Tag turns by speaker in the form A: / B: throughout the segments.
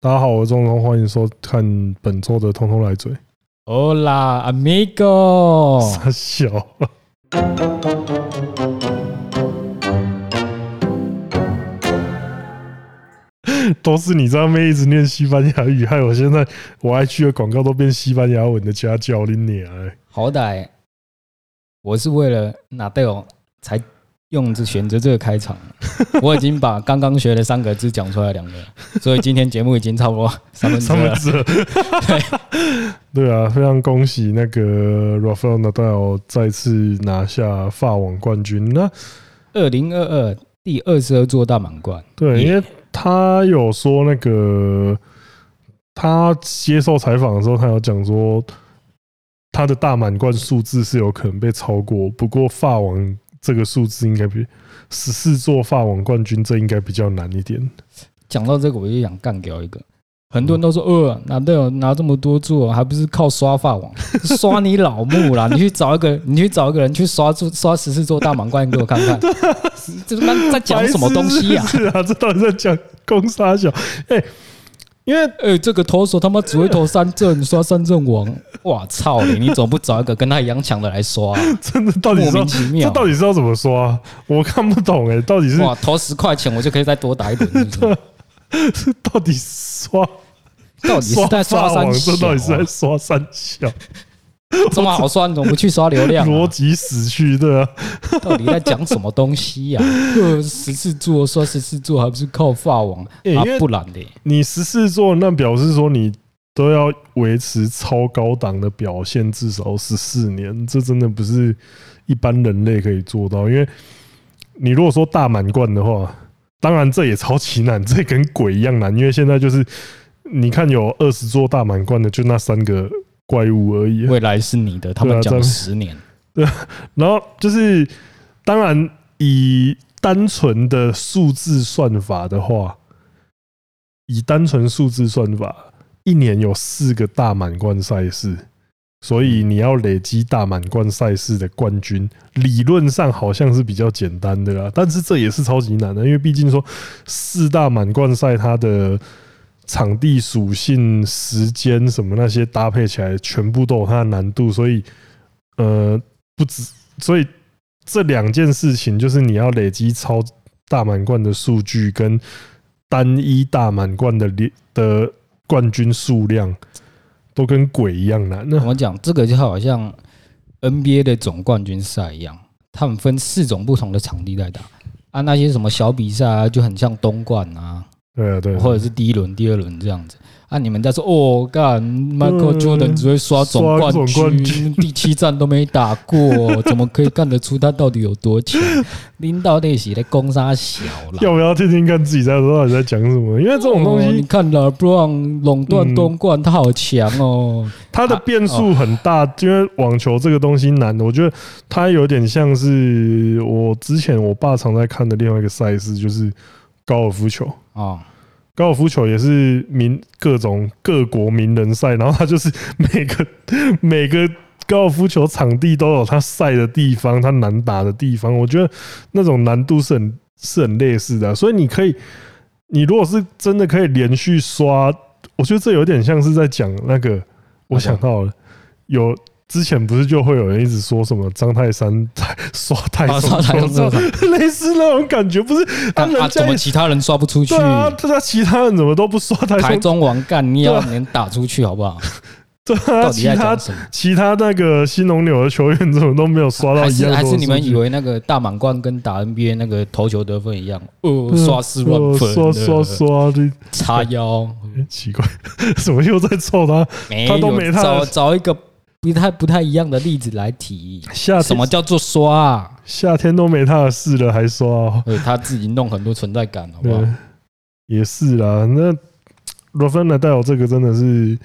A: 大家好，我是钟东，欢迎收看本周的《通通来嘴》。
B: Hola amigo，
A: 傻小， 都是你在那边一直念西班牙语，害我现在我 IG 的广告都变西班牙文的家教你娘欸！
B: 好歹我是为了拿队友才用这选择这个开 场，我已经把刚刚学的三个字讲出来两个，所以今天节目已经差不多三分之
A: 他
B: 二
A: 们
B: 了。
A: 这，对啊，非常恭喜那个 Rafael Nadal 再次拿下法网冠军。那
B: 二零二二第二十二座大满贯，
A: 对，
B: 也
A: 因为他有说那个，他接受采访的时候，他有讲说，他的大满贯数字是有可能被超过，不过法网这个数字应该比十四座法网冠军这应该比较难一点。
B: 讲到这个我就想干掉一个。很多人都说，呃，拿队友拿这么多座，还不是靠刷发网， 刷你老木 啦！你去找一个，你去找一个人去刷住刷十四座大满贯给我看看， 这他妈在讲什么东西呀、
A: 白痴是不是啊，这到底在讲攻杀小？哎、因为
B: 哎、这个投手他妈只会投三振，刷三振王，哇操你！你怎么不找一个跟他一样强的来刷 啊、
A: 真的到底
B: 莫
A: 是要
B: 名其
A: 这
B: 妙。
A: 到底是要怎么说啊？我看不懂哎、到底是
B: 哇，投十块钱我就可以再多打一轮，是不 是？
A: 到底刷
B: 到底
A: 刷
B: 是在刷
A: 法网，
B: 三
A: 这
B: 小、啊？
A: 到底是在刷三小？
B: 这么好刷，你怎么不去刷流量、
A: 逻
B: 啊？
A: 辑死去对啊，
B: 到底在讲什么东西 呀、又十四座刷十四座，还不是靠发网、
A: 欸
B: 啊
A: 因为？
B: 不然的，
A: 你十四座那表示说你都要维持超高档的表现至少十四年，这真的不是一般人类可以做到。因为你如果说大满贯的话，当然这也超级难，这跟鬼一样难。因为现在就是你看有二十座大满贯的，就那三个怪物而已。
B: 未来是你的。他
A: 对
B: 们
A: 啊
B: 讲
A: 咱
B: 了十年，
A: 然后就是，当然以单纯的数字算法的话，以单纯数字算法，一年有四个大满贯赛事，所以你要累积大满贯赛事的冠军，理论上好像是比较简单的啦。但是这也是超级难的，因为毕竟说四大满贯赛它的。场地属性、时间什么那些搭配起来，全部都有它的难度，所以，呃，不止，所以这两件事情就是你要累积超大满贯的数据跟单一大满贯的连的冠军数量，都跟鬼一啊样难。
B: 怎
A: 那
B: 么讲？这个就好像 NBA 的总冠军赛一样，他们分四种不同的场地在打啊。那些什么小比赛啊，就很像东冠啊，
A: 对啊，对啊，
B: 或者是第一轮、第二轮这样子啊。你们在说哦，干 Michael
A: 嗯
B: Jordan 只会刷总冠
A: 刷总冠
B: 军， 第七战都没打过， 怎么可以看得出他到底有多强？ 领导那些的攻杀小了。
A: 要不要听听看自己在到底在讲什么？因为这种东
B: 哦你
A: 西
B: 看了 b r o n 垄断东冠，他好强哦！
A: 它的变数很大，因为网球这个东西难，我觉得它有点像是我之前我爸常在看的另外一个赛事，就是高尔夫球。
B: 哦，
A: 高尔夫球也是名各种各国名人赛，然后它就是每个 每个高尔夫球场地都有它赛的地方，它难打的地方。我觉得那种难度是很是很类似的啊、所以你可以，你如果是真的可以连续刷，我觉得这有点像是在讲那个，我想到了有。之前不是就会有人一直说什么张泰山刷泰
B: 啊
A: 山
B: 刷泰山
A: 球 类似那种感觉，不是？ 他
B: 但
A: 人
B: 啊，
A: 家
B: 怎
A: 也
B: 么其他人刷不出去
A: 对？啊，他他其他人怎么都不刷台
B: 台
A: 中？
B: 中王干，你要能打出去好不好？
A: 对啊，
B: 到
A: 其
B: 底 在
A: 他
B: 讲什么？
A: 其他那个新农柳的球员怎么都没有刷到
B: 还
A: 一
B: 是
A: 样多的
B: 还是你们
A: 数
B: 以
A: 据
B: 为那个大满贯跟打 NBA 那个投球得分一样，呃，
A: 嗯
B: 刷四乱分，
A: 刷
B: 呃
A: 刷刷的，
B: 叉腰，
A: 哎 奇怪， 怎么又在凑他？
B: 没
A: 他
B: 有
A: 都没他
B: 找找一个不太不太一样的例子来提，
A: 夏
B: 什
A: 天
B: 么叫做刷啊？
A: 夏天都没他的事了，还刷哦？
B: 呃，他自己弄很多存在感，好不好
A: 对？，也是啦。那罗芬纳戴尔这个真的是，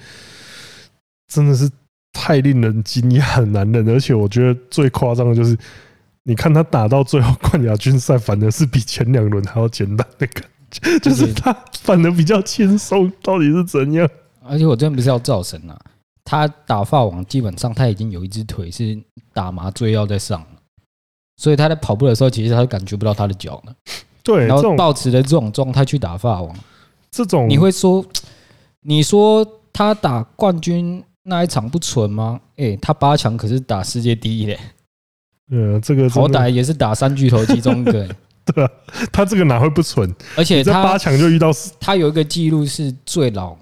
A: 真的是太令人惊讶、很难忍。而且我觉得最夸张的就是，你看他打到最后冠亚军赛，反而是比前两轮还要简单的感觉，就是他反而比较轻松。到底是怎样？
B: 而且我真的不是要造神啊，他打发网基本上他已经有一只腿是打麻醉药在上了，所以他在跑步的时候，其实他感觉不到他的脚了。
A: 对，
B: 然
A: 这
B: 后
A: 种
B: 抱持着这种状态去打发网，
A: 这种
B: 你会说，你说他打冠军那一场不蠢吗？哎、他八强可是打世界第一嘞，
A: 嗯，这个真的
B: 好歹也是打三巨头其中一个、
A: 对啊，他这个哪会不蠢？
B: 而且
A: 你在八
B: 他
A: 强就遇到
B: 他有一个记录是最老，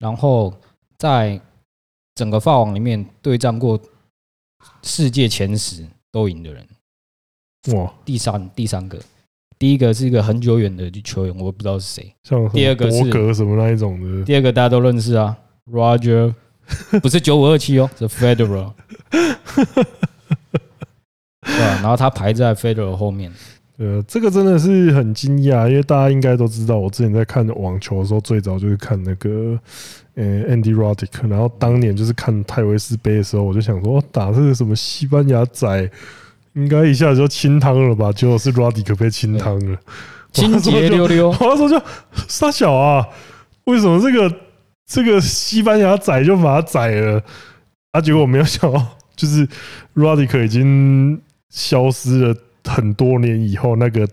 B: 然后在整个法网里面对战过世界前十都赢的人，
A: 哇，
B: 第三第三个，第一个是一个很久远的球员，我不知道是谁，
A: 像
B: 第二个是
A: 博格什么那一种的，
B: 第二个大家都认识啊，Roger，不是九五二七哦，是 Federer，对吧、啊然后他排在 Federer 后面，
A: 呃，这个真的是很惊讶，因为大家应该都知道，我之前在看网球的时候，最早就是看那个呃 Andy Roddick，然后当年就是看泰维斯杯的时候，我就想说，哦打这个什么西班牙仔，应该一下子就清汤了吧？结果是 Roddick 被清汤了，
B: 清洁溜溜，
A: 我那时候就傻小啊，为什么这个这个西班牙仔就把他宰了？啊，结果我没有想到，就是 Rodic 已经消失了很多年以后，那个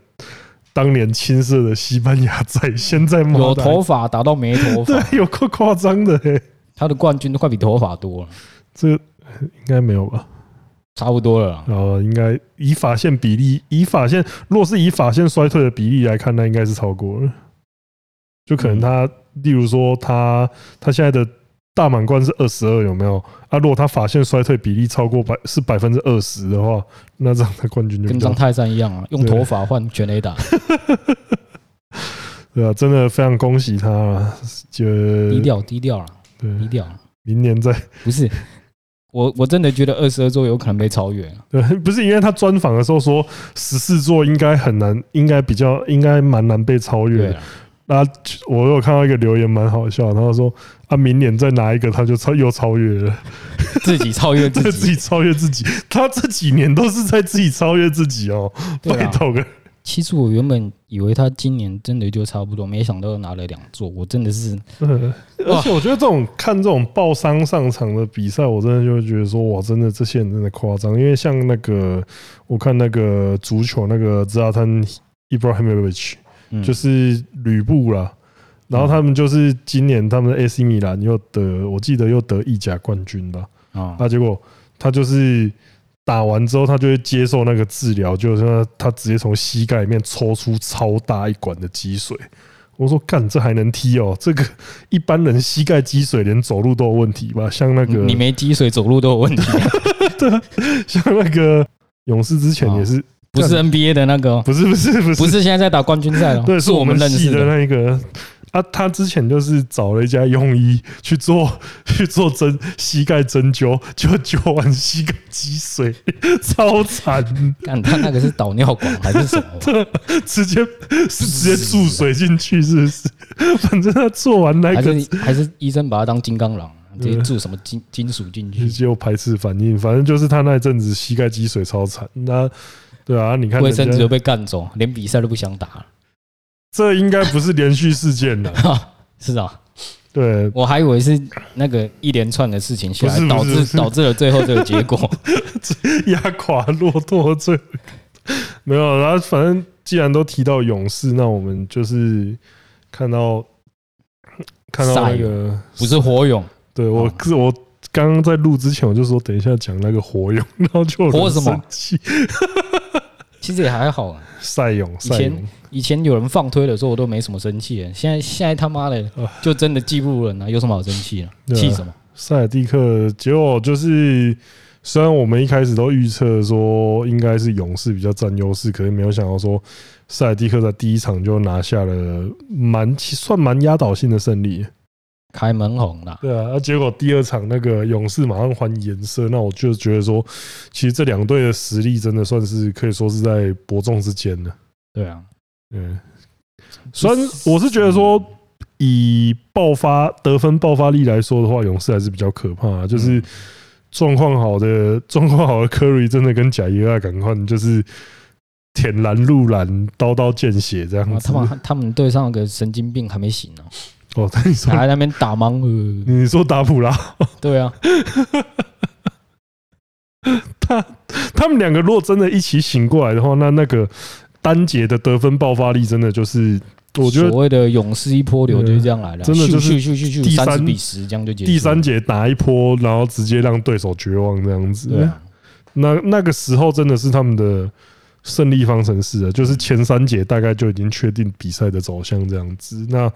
A: 当年青涩的西班牙仔，现在妈的
B: 有头发打到没头发，
A: 对，有够夸张的、欸，
B: 他的冠军都快比头发多了，
A: 这个应该没有吧？
B: 差不多了啦。
A: 呃，应该以法线比例，以法线，若是以法线衰退的比例来看，那应该是超过了。就可能
B: 嗯
A: 他，例如说他他现在的大满贯是二十二，有没有？啊，如果他法线衰退比例超过百是百分之二十的话，那这样他冠军就
B: 跟
A: 比较
B: 张泰山一样啊，用头发换全垒打，
A: 对啊，真的非常恭喜他啊，就
B: 低调低调了，
A: 对，
B: 低调。
A: 明年再
B: 不是，我我真的觉得二十二周有可能被超越啊，
A: 对， 不是因为他专访的时候说十四座应该很难，应该比较应该蛮难被超越的
B: 对。啊，
A: 那我有看到一个留言蛮好笑，然后说啊，明年再拿一个，他就超又超越了，
B: 自己超越自
A: 自己
B: 己，
A: 超越自己。他这几年都是在自己超越自己哦，
B: 对
A: 拜
B: 啊。
A: 托个，
B: 其实我原本以为他今年真的就差不多，没想到又拿了两座，我真的是
A: 嗯而且我觉得这种看这种爆伤上场的比赛，我真的就会觉得说，哇，真的这些人真的夸张。因为像那个，我看那个足球那个 Zlatan Ibrahimovic，
B: 嗯
A: 就是吕布啦。然后他们就是今年他们的 AC 米兰又得，我记得又得意甲冠军吧。
B: 啊，
A: 啊，结果他就是打完之后，他就会接受那个治疗，就是说他直接从膝盖里面抽出超大一管的积水。我说干，这还能踢哦？这个一般人膝盖积水连走路都有问题吧？像那
B: 你
A: 个
B: 嗯你没积水走路都有问题，
A: 像那个勇士之前也是，
B: 嗯不是 NBA 的那个哦，
A: 不是不是不是
B: 不是现在在打冠军赛了，哦
A: 对，
B: 是
A: 我
B: 们认
A: 系
B: 识
A: 的。那一个。啊，他之前就是找了一家庸医去做 去做针膝盖针灸，就灸完膝盖积水， 超惨。
B: 看他那个是导尿管还是 什么？
A: 直接 是直接注水进去，是不是？ 反正他做完那
B: 还
A: 个
B: 是还是医生把他当金刚狼，啊直接注什么金金属进去
A: 直？接有排斥反应，反正就是他那一阵子膝盖积水超惨。那对啊，你看
B: 卫
A: 人家
B: 生纸都被干走，连比赛都不想打
A: 这应该不是连续事件了，
B: 了。是啊，
A: 对，
B: 我还以为是那个一连串的事情下
A: 不是
B: 来
A: 不
B: 导
A: 是不是
B: 致导致了最后这个结 果。
A: 压垮骆驼最 没有。啊然后反正既然都提到勇士，那我们就是看到看到那个
B: 不是火勇，
A: 对我
B: 哦，
A: 是我刚刚在录之前我就说等一下讲那个火勇， 然后就有人
B: 火什么
A: 生气
B: 其实也还好啊。
A: 赛勇赛
B: 前
A: 勇。
B: 以前有人放推的时候，我都没什么生气的。现在现在他妈的
A: 啊
B: 就真的记录人啊，有什么好生气的？
A: 对啊
B: 气什么？
A: 塞尔蒂克，结果就是虽然我们一开始都预测说应该是勇士比较占优势，可是没有想到说塞尔蒂克在第一场就拿下了蛮其算蛮压倒性的胜利。
B: 开门红啦，
A: 对啊，啊结果第二场那个勇士马上还颜色，那我就觉得说，其实这两队的实力真的算是可以说是在伯仲之间的。
B: 对啊，
A: 嗯，虽然我是觉得
B: 嗯
A: 说，以爆发得分爆发力来说的话，勇士还是比较可怕、啊就是状况好的状况好的 Curry 真的跟贾耶尔赶快就是舔篮入篮，刀刀见血这
B: 啊
A: 样子。
B: 他们他们队上有个神经病还没醒 呢，
A: 哦，那你说
B: 还在那边打盲呃，
A: 你说达普拉，
B: 对啊，
A: 他他们两个如果真的一起醒过来的话，那那个单节的得分爆发力真的就是我觉得
B: 所谓的勇士一波流就是这样来的啊，
A: 真的就是
B: 咻咻咻咻
A: 第
B: 咻，
A: 三
B: 三十比十这样就结束了。
A: 第三节打一波，然后直接让对手绝望这样子。
B: 对啊，
A: 那那个时候真的是他们的胜利方程式了，啊就是前三节大概就已经确定比赛的走向这样子。那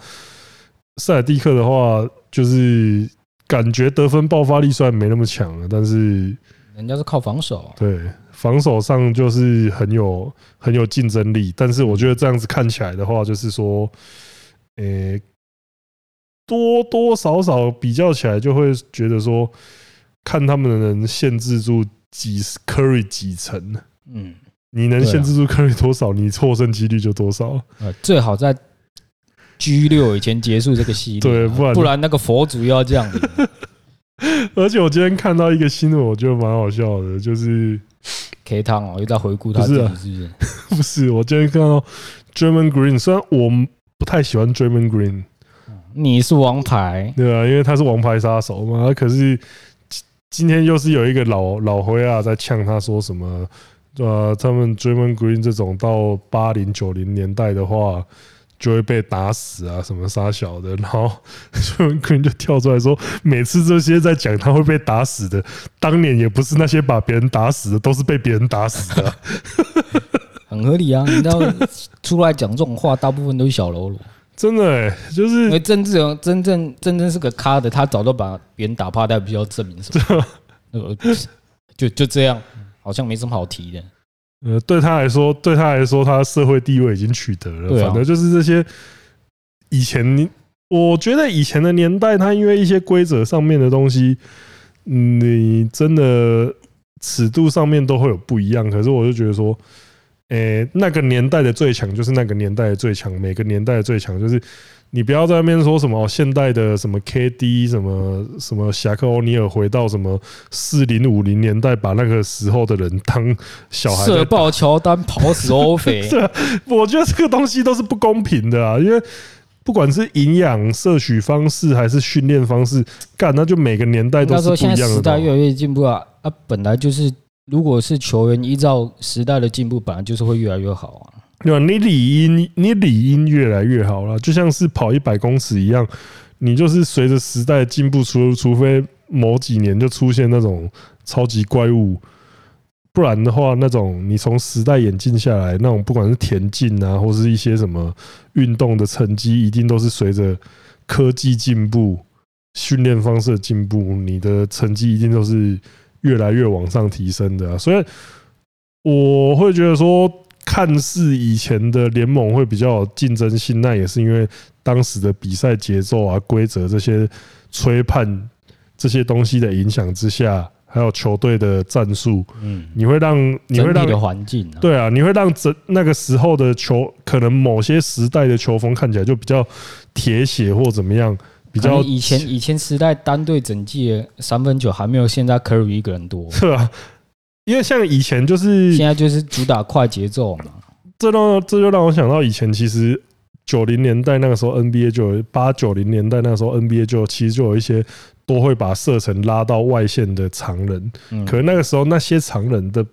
A: 塞尔蒂克的话，就是感觉得分爆发力虽然没那么强了，但是
B: 人家是靠防守啊，
A: 对防守上就是很有很有竞争力。但是我觉得这样子看起来的话，就是说，呃、多多少少比较起来，就会觉得说，看他们的人限制住几 Curry 几成。
B: 嗯，
A: 你能限制住科里多少，你获胜几率就多少。
B: 呃，最好在 G 六以前结束这个系列啊，
A: 对不然
B: 不然那个佛祖又要降临。
A: 而且我今天看到一个新闻，我觉得蛮好笑的，就是
B: K 汤哦，又在回顾他
A: 不
B: 自
A: 是啊
B: 己，是不是？
A: 不是我今天看到 German Green，虽然我不太喜欢 German Green，
B: 你是王牌，
A: 对啊，因为他是王牌杀手嘛，啊可是今今天又是有一个老老灰啊在呛他说什么，呃，他们 German Green 这种到八零九零年代的话。就会被打死啊，什么杀小的，然后 German Green 就跳出来说，每次这些在讲他会被打死的，当年也不是那些把别人打死的，都是被别人打死的啊、
B: 很合理啊。你知道 出来讲这种话，大部分都是小喽啰。
A: 真的、欸，就是
B: 因为真正真正真正是个咖的，他早都把别人打趴，他也不需要证明 什
A: 啊
B: 么。呃就就这样，好像没什么好提的。
A: 呃，对他来说，对他来说，他社会地位已经取得了。
B: 对啊
A: 反正就是这些以前，我觉得以前的年代，他因为一些规则上面的东西，嗯你真的尺度上面都会有不一样。可是我就觉得说，诶、那个年代的最强就是那个年代的最强，每个年代的最强就是。你不要在那边说什么、哦、现代的什么 KD 什么什么侠客欧尼尔回到什么四零五零年代，把那个时候的人当小孩在啊
B: 射爆乔丹，跑死欧 肥，
A: 我觉得这个东西都是不公平的啊，因为不管是营养摄取方式还是训练方式，干那就每个年代都
B: 那
A: 是不
B: 时候现在
A: 一样
B: 时
A: 的
B: 代越
A: 东西。
B: 来越进步啊啊！本来就是，如果是球员依照时代的进步，本来就是会越来越好啊。
A: 对吧？你理应你理应越来越好了，就像是跑一百公尺一样，你就是随着时代的进步，除除非某几年就出现那种超级怪物。不然的话，那种你从时代演进下来，那种不管是田径啊，或是一些什么运动的成绩，一定都是随着科技进步、训练方式的进步，你的成绩一定都是越来越往上提升的啊、所以我会觉得说，看似以前的联盟会比较有竞争性，那也是因为当时的比赛节奏啊、规则这些吹判这些东西的影响之下，还有球队的战术，
B: 嗯，
A: 你会让你会
B: 整体
A: 让
B: 的环境啊，
A: 对啊，你会让整那个时候的球，可能某些时代的球风看起来就比较铁血或怎么样，比
B: 可能
A: 较
B: 啊以前以前时代单队整季的三分球还没有现在 Curry 一个人多，
A: 对啊，因为像以前就是
B: 现在就是主打快节奏嘛。
A: 这让这就让我想到以前其实九零年代那个时候 NBA 就有八九零年代那时候 NBA 就有其实就有一些都会把射程拉到外线的常人，
B: 嗯，
A: 可能那个时候那些常人的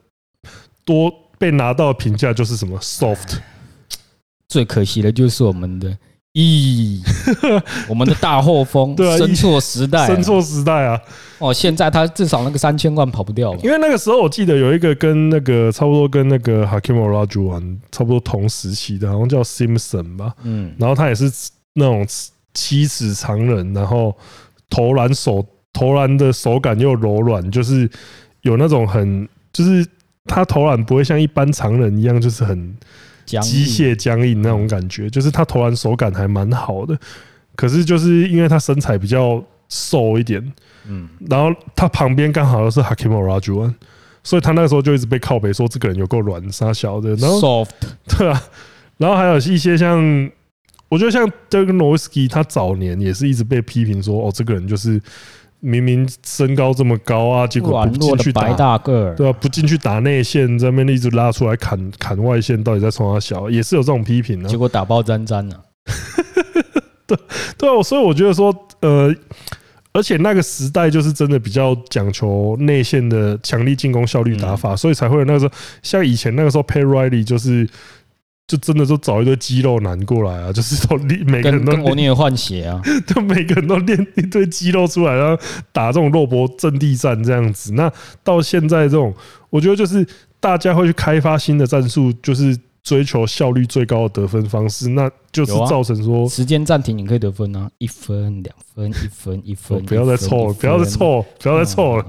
A: 多被拿到的评价就是什么 soft，
B: 最可惜的就是我们的。 咦，我们的大后锋
A: 对啊
B: 生错时代，
A: 生错时代啊，
B: 哦！现在他至少那个三千万跑不掉吧？
A: 因为那个时候我记得有一个跟那个差不多跟那个 Hakim Olajuwon 差不多同时期的，好像叫 Simpson 吧，
B: 嗯，
A: 然后他也是那种七尺长人，然后投篮手投篮的手感又柔软，就是有那种很就是他投篮不会像一般常人一样，就是很
B: 讲
A: 机械僵硬那种感觉，就是他投篮手感还蛮好的。可是就是因为他身材比较瘦一点，
B: 嗯，
A: 然后他旁边刚好又是 Hakim Olajuwon，所以他那个时候就一直被靠北说这个人有够软傻小的，然后
B: soft，
A: 对啊，然后还有一些像，我觉得像 Dirk Nowitzki，他早年也是一直被批评说，哦，这个人就是明明身高这么高啊，结果
B: 软
A: 不
B: 弱
A: 进
B: 的
A: 去
B: 白
A: 打，
B: 大个儿，
A: 对啊，不进去打内线，在那边一直拉出来砍砍外线，到底在冲他小，也是有这种批评啊
B: 结。果打爆詹詹啊了。
A: 对啊，所以我觉得说，呃，而且那个时代就是真的比较讲求内线
B: 嗯
A: 的强力进攻效率打法，所以才会有那个时候像以前那个时候 Pay Riley 就是就真的都找一堆肌肉男过来啊，就是都练每个
B: 跟
A: 人都
B: 跟欧
A: 练
B: 尼尔换血啊，
A: 就每个人都练一堆肌肉出来，然后打这种肉搏阵地战这样子。那到现在这种，我觉得就是大家会去开发新的战术，就是追求效率最高的得分方式，那就是
B: 有啊
A: 造成说，
B: 时间暂停你可以得分啊，一分、两分、一分、一啊
A: 哦
B: 分，
A: 不要再凑了，不要再
B: 了，
A: 凑了，不
B: 不
A: 要再凑了，。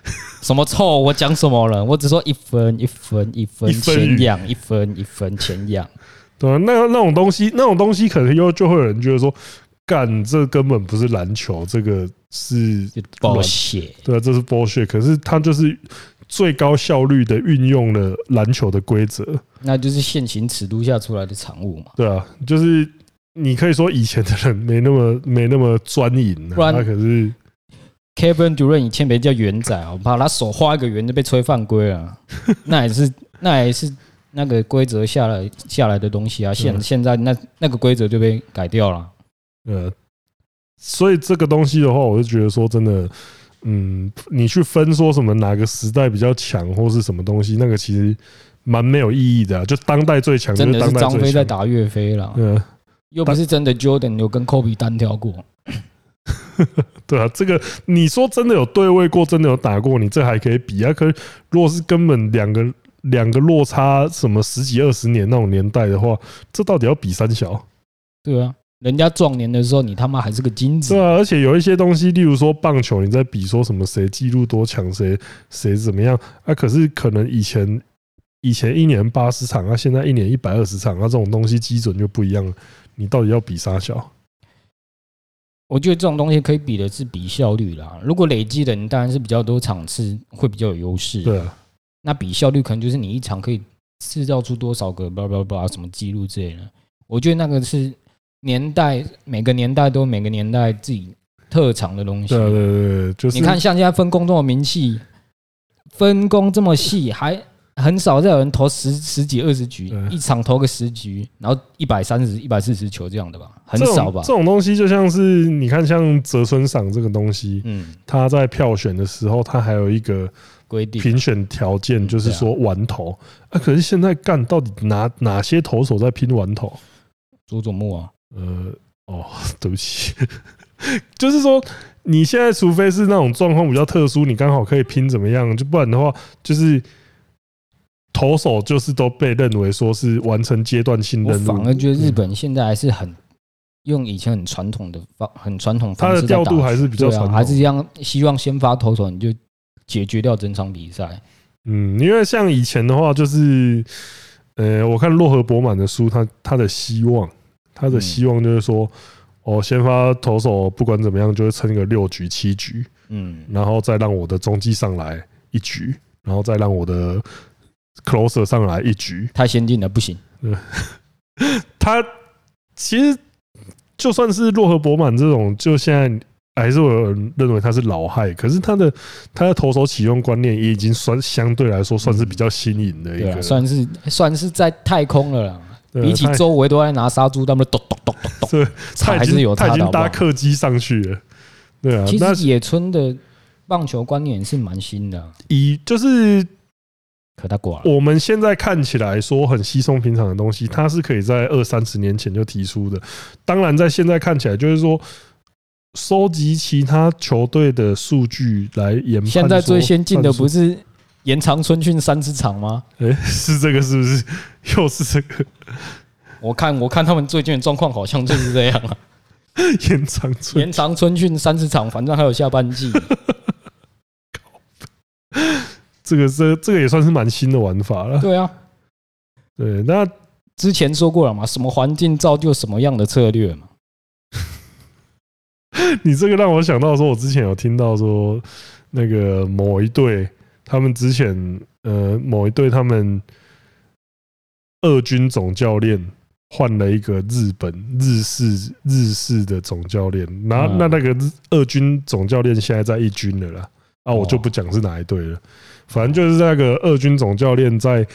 B: 什么凑？我讲什么了？我只说一分、一分、一分
A: 一分
B: 前仰，一分、一分前仰。
A: 对啊那那种东西，那种东西可能又就会有人觉得说，干这根本不是篮球，这个是
B: 就暴血，
A: 对啊，这是 bullshit。可是它就是最高效率的运用了篮球的规则。
B: 那就是现行尺度下出来的产物嘛。
A: 对啊，就是你可以说以前的人没那么没那么专营、啊，
B: 不然
A: 他可是
B: Kevin Durant 以前别叫圆仔好不好？他手画一个圆就被吹犯规了， 那也是那也是那个规则下来下来的东西啊。现
A: 嗯
B: 现在那那个规则就被改掉了。
A: 呃，所以这个东西的话，我就觉得说真的，嗯，你去分说什么哪个时代比较强或是什么东西，那个其实蛮没有意义的、啊。就当代最强，就
B: 真的
A: 当
B: 是
A: 代
B: 张飞
A: 最
B: 在
A: 强。
B: 打岳飞啦，
A: 嗯，
B: 又不是真的 Jordan 有跟 Kobe 单挑过，
A: 对啊，这个你说真的有对位过，真的有打过，你这还可以比啊。可是如果是根本两个两个落差什么十几二十年那种年代的话，这到底要比三小？
B: 对啊，人家壮年的时候你他妈还是个金子
A: 对，啊，而且有一些东西，例如说棒球，你在比说什么谁记录多强，谁谁怎么样啊？可是可能以前以前一年八十场啊，现在一年一百二十场啊，这种东西基准就不一样了。你到底要比啥小？
B: 我觉得这种东西可以比的是比效率啦。如果累积的你当然是比较多场次，会比较有优势。
A: 对啊，
B: 那比效率可能就是你一场可以制造出多少个巴拉巴拉巴拉什么记录之类的。我觉得那个是年代每个年代都有每个年代自己特长的东西
A: 对。啊，对对对对，就是
B: 你看，像现在分工这么明细，分工这么细，还很少再有人投十十几二十局
A: 对，
B: 一场投个十局，然后一百三十、一百四十球这样的吧，很
A: 这种
B: 少吧
A: 这？种东西就像是你看，像泽村赏这个东西，
B: 嗯，
A: 他在票选的时候，他还有一个
B: 规定
A: 评选条件，
B: 嗯
A: 就是
B: 对啊
A: 说完投啊。可是现在干到底哪哪些投手在拼完投？
B: 佐佐木啊，
A: 呃，哦， 对不起，就是说你现在除非是那种状况比较特殊，你刚好可以拼怎么样，就不然的话，就是投手就是都被认为说是完成阶段性
B: 我
A: 任
B: 反
A: 务，
B: 而觉得日本现在还是很用以前很传统的方、很传统
A: 他
B: 方
A: 的
B: 式在
A: 调
B: 打
A: 度还是比较
B: 对
A: 传
B: 啊，
A: 统，
B: 还是一样，希望先发投手你就解决掉整场比赛。
A: 嗯，因为像以前的话，就是呃，我看洛河博满的书，他他的希望，他的
B: 嗯
A: 希望就是说，哦，先发投手不管怎么样，就会撑个六局七局，
B: 嗯，
A: 然后再让我的中继上来一局，然后再让我的 closer 上来一局。
B: 太先进了，不行。
A: 他其实就算是洛河博满这种，就现在。还是会有人认为他是老害，可是他的他的投手启用观念也已经算相对来说算是比较新颖的一
B: 对
A: 个
B: 啊，，算是算是在太空了啦。
A: 对啊
B: 比起
A: 他
B: 周围都在拿杀猪，他们咚咚咚咚
A: 对
B: 咚，差还是有
A: 他已
B: 差的
A: 经
B: 好不
A: 搭
B: 好。
A: 客机上去了。对啊，
B: 其
A: 那
B: 实野村的棒球观念也是蛮新的啊，
A: 以就是
B: 可他挂了。
A: 我们现在看起来说很稀松平常的东西，它是可以在二三十年前就提出的。当然，在现在看起来，就是说收集其他球队的数据来研判说。
B: 现在最先进的不
A: 是
B: 是延长春训三十场吗？
A: 哎是这个是不是？ 又是这个
B: 我看我看他们最近的状况好像就是 这样啊，
A: 延长村？
B: 延长春训三十场，反正还有下半 季。
A: 这个这这个也算是蛮新的玩法了。
B: 对啊，
A: 对，那
B: 之前说过了嘛，什么环境造就什么样的策略嘛。
A: 你这个让我想到说，我之前有听到说，那个某一队，他们之前呃某一队他们二军总教练换了一个日本日式日式的总教练，然后
B: 嗯
A: 那那个日二军总教练现在在一军了啦，啊，我就
B: 哦
A: 不讲是哪一队了，反正就是那个二军总教练在。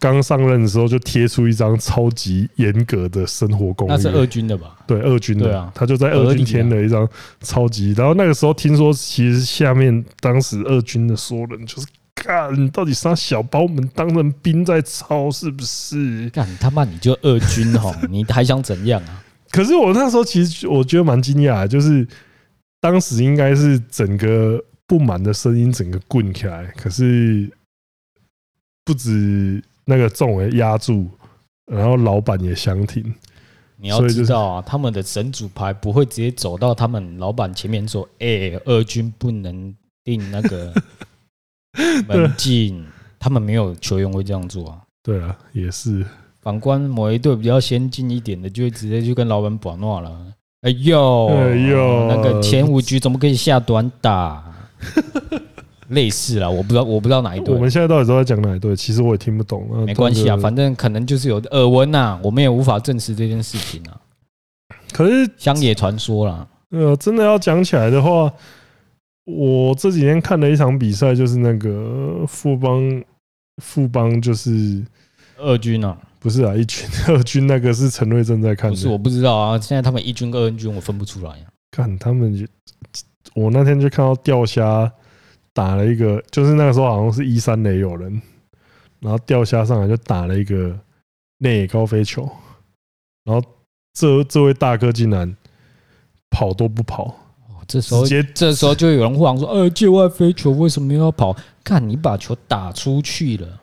A: 刚上任的时候就贴出一张超级严格的生活攻略，
B: 那是二军的吧？
A: 哦对二军的，
B: 对啊
A: 他就在
B: 合
A: 二
B: 理
A: 军
B: 啊
A: 添了一张超级。然后那个时候听说，其实下面当时二军的所有人就是干，你到底杀小把我们当成兵在操是不是？
B: 干他妈你就二军吼，你还想怎样 啊？
A: 可是我那时候其实我觉得蛮惊讶的，就是当时应该是整个不满的声音整个滚起来，可是不止那个众委压住，然后老板也相挺。
B: 你要
A: 所以就是
B: 知道啊，他们的神主牌不会直接走到他们老板前面说：“哎、二军不能定那 个门禁。”他们没有球员会这样做啊。
A: 对啊，也是
B: 反观某一队比较先进一点的，就会直接就跟老板把闹了。哎呦，
A: 哎呦
B: 那个前五局怎么可以下短 打？类似啦，我不知道，我不知道哪一
A: 我
B: 队
A: 们，现在到底都在讲哪一队？其实我也听不懂。那
B: 啊没关系啊，
A: 那个
B: 反正可能就是有耳闻呐，我们也无法证实这件事情啊，
A: 可是
B: 乡野传说啦。
A: 呃，真的要讲起来的话，我这几天看了一场比赛，就是那个富邦，富邦就是
B: 二军啊，
A: 不是啊，一军二军那个是陈瑞正在看
B: 不
A: 的，
B: 是我不知道啊，现在他们一军跟二军我分不出来啊。
A: 看他们就，我那天就看到钓虾打了一个，就是那个时候好像是一三垒有人，然后钓虾上来就打了一个内野高飞球，然后这这位大哥竟然跑都不跑，
B: 哦这时
A: 直
B: 候
A: 接
B: 这时候就有人忽然说：“呃，界外飞球为什么要跑？看你把球打出去了。”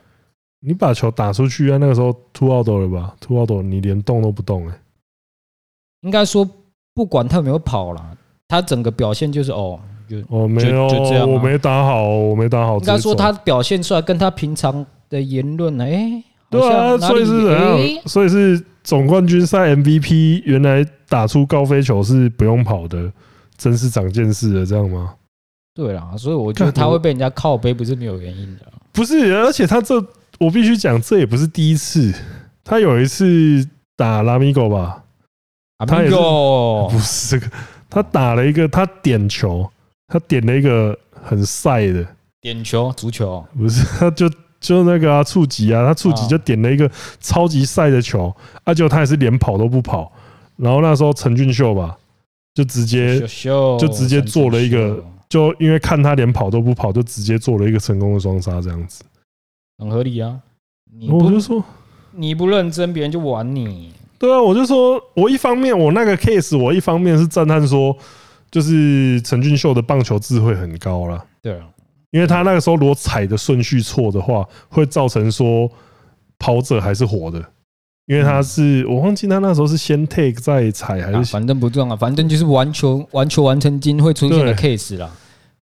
A: 你把球打出去啊！那个时候突奥斗了吧？突奥斗，你连动都不动哎、
B: 应该说不管他有没有跑啦，他整个表现就是哦，就应
A: 我没有，
B: 就就这样啊
A: 我没打好，我没打好。
B: 该说他
A: 直接
B: 表现出来跟他平常的言论呢，哎、
A: 走
B: 好
A: 对啊，
B: 像哪
A: 所以
B: 里
A: 是怎
B: 哎
A: 样？所以是总冠军赛 MVP，原来打出高飞球是不用跑的，真是长见识了，这样吗？
B: 对啦，所以我觉得
A: 干
B: 他
A: 我
B: 会被人家靠背不是没有原因的。
A: 不是，而且他这我必须讲，这也不是第一次。他有一次打拉米狗吧，
B: 啊，
A: 他也是
B: 有
A: 不是这个，他打了一个，他点球，他点了一个很晒的，
B: 点球足 球，
A: 不是，他就就那个啊，触及啊，他触及就点了一个超级赛的球，啊，结果他也是连跑都不跑。然后那时候陈俊秀吧，就直接
B: 秀秀
A: 就直接做了一个，就因为看他连跑都不跑，就直接做了一个成功的双杀，这样子。
B: 很合理啊。你
A: 我
B: 不
A: 就说，
B: 你不认真，别人就玩你。
A: 对啊，我就说我一方面我那个 case，我一方面是赞叹说，就是陈俊秀的棒球智慧很高啦。
B: 对啊，
A: 因为他那个时候如果踩的顺序错的话，会造成说跑者还是活的，因为他是我忘记他那时候是先 take 再踩还
B: 嗯啊
A: 是先
B: 反正不重要，反正就是完球完球完成金会出现的 case 啦。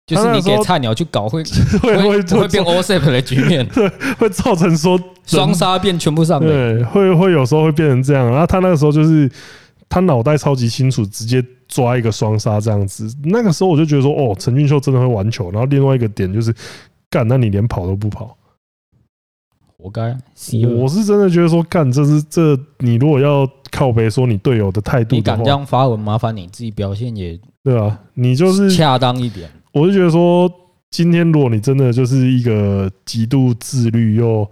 B: 就
A: 他
B: 是
A: 那
B: 你
A: 时候
B: 给菜鸟去搞会
A: 会
B: 会
A: 会
B: 会变
A: 会
B: OSEP 的局面，
A: 会造成说
B: 双杀变全部上垒。
A: 对会会有时候会变成这样，然后他那个时候就是他脑袋超级清楚，直接抓一个双杀这样子。那个时候我就觉得说，哦，陈俊秀真的会玩球。然后另外一个点就是，干，那你连跑都不跑。
B: 活该。
A: 我是真的觉得说，干，这是这你如果要靠北说你队友的态度
B: 你
A: 的
B: 敢
A: 话
B: 这，样发文，麻烦你自己表现也
A: 对啊，你就是，
B: 恰当一点。
A: 我就觉得说，今天如果你真的就是一个极度自律又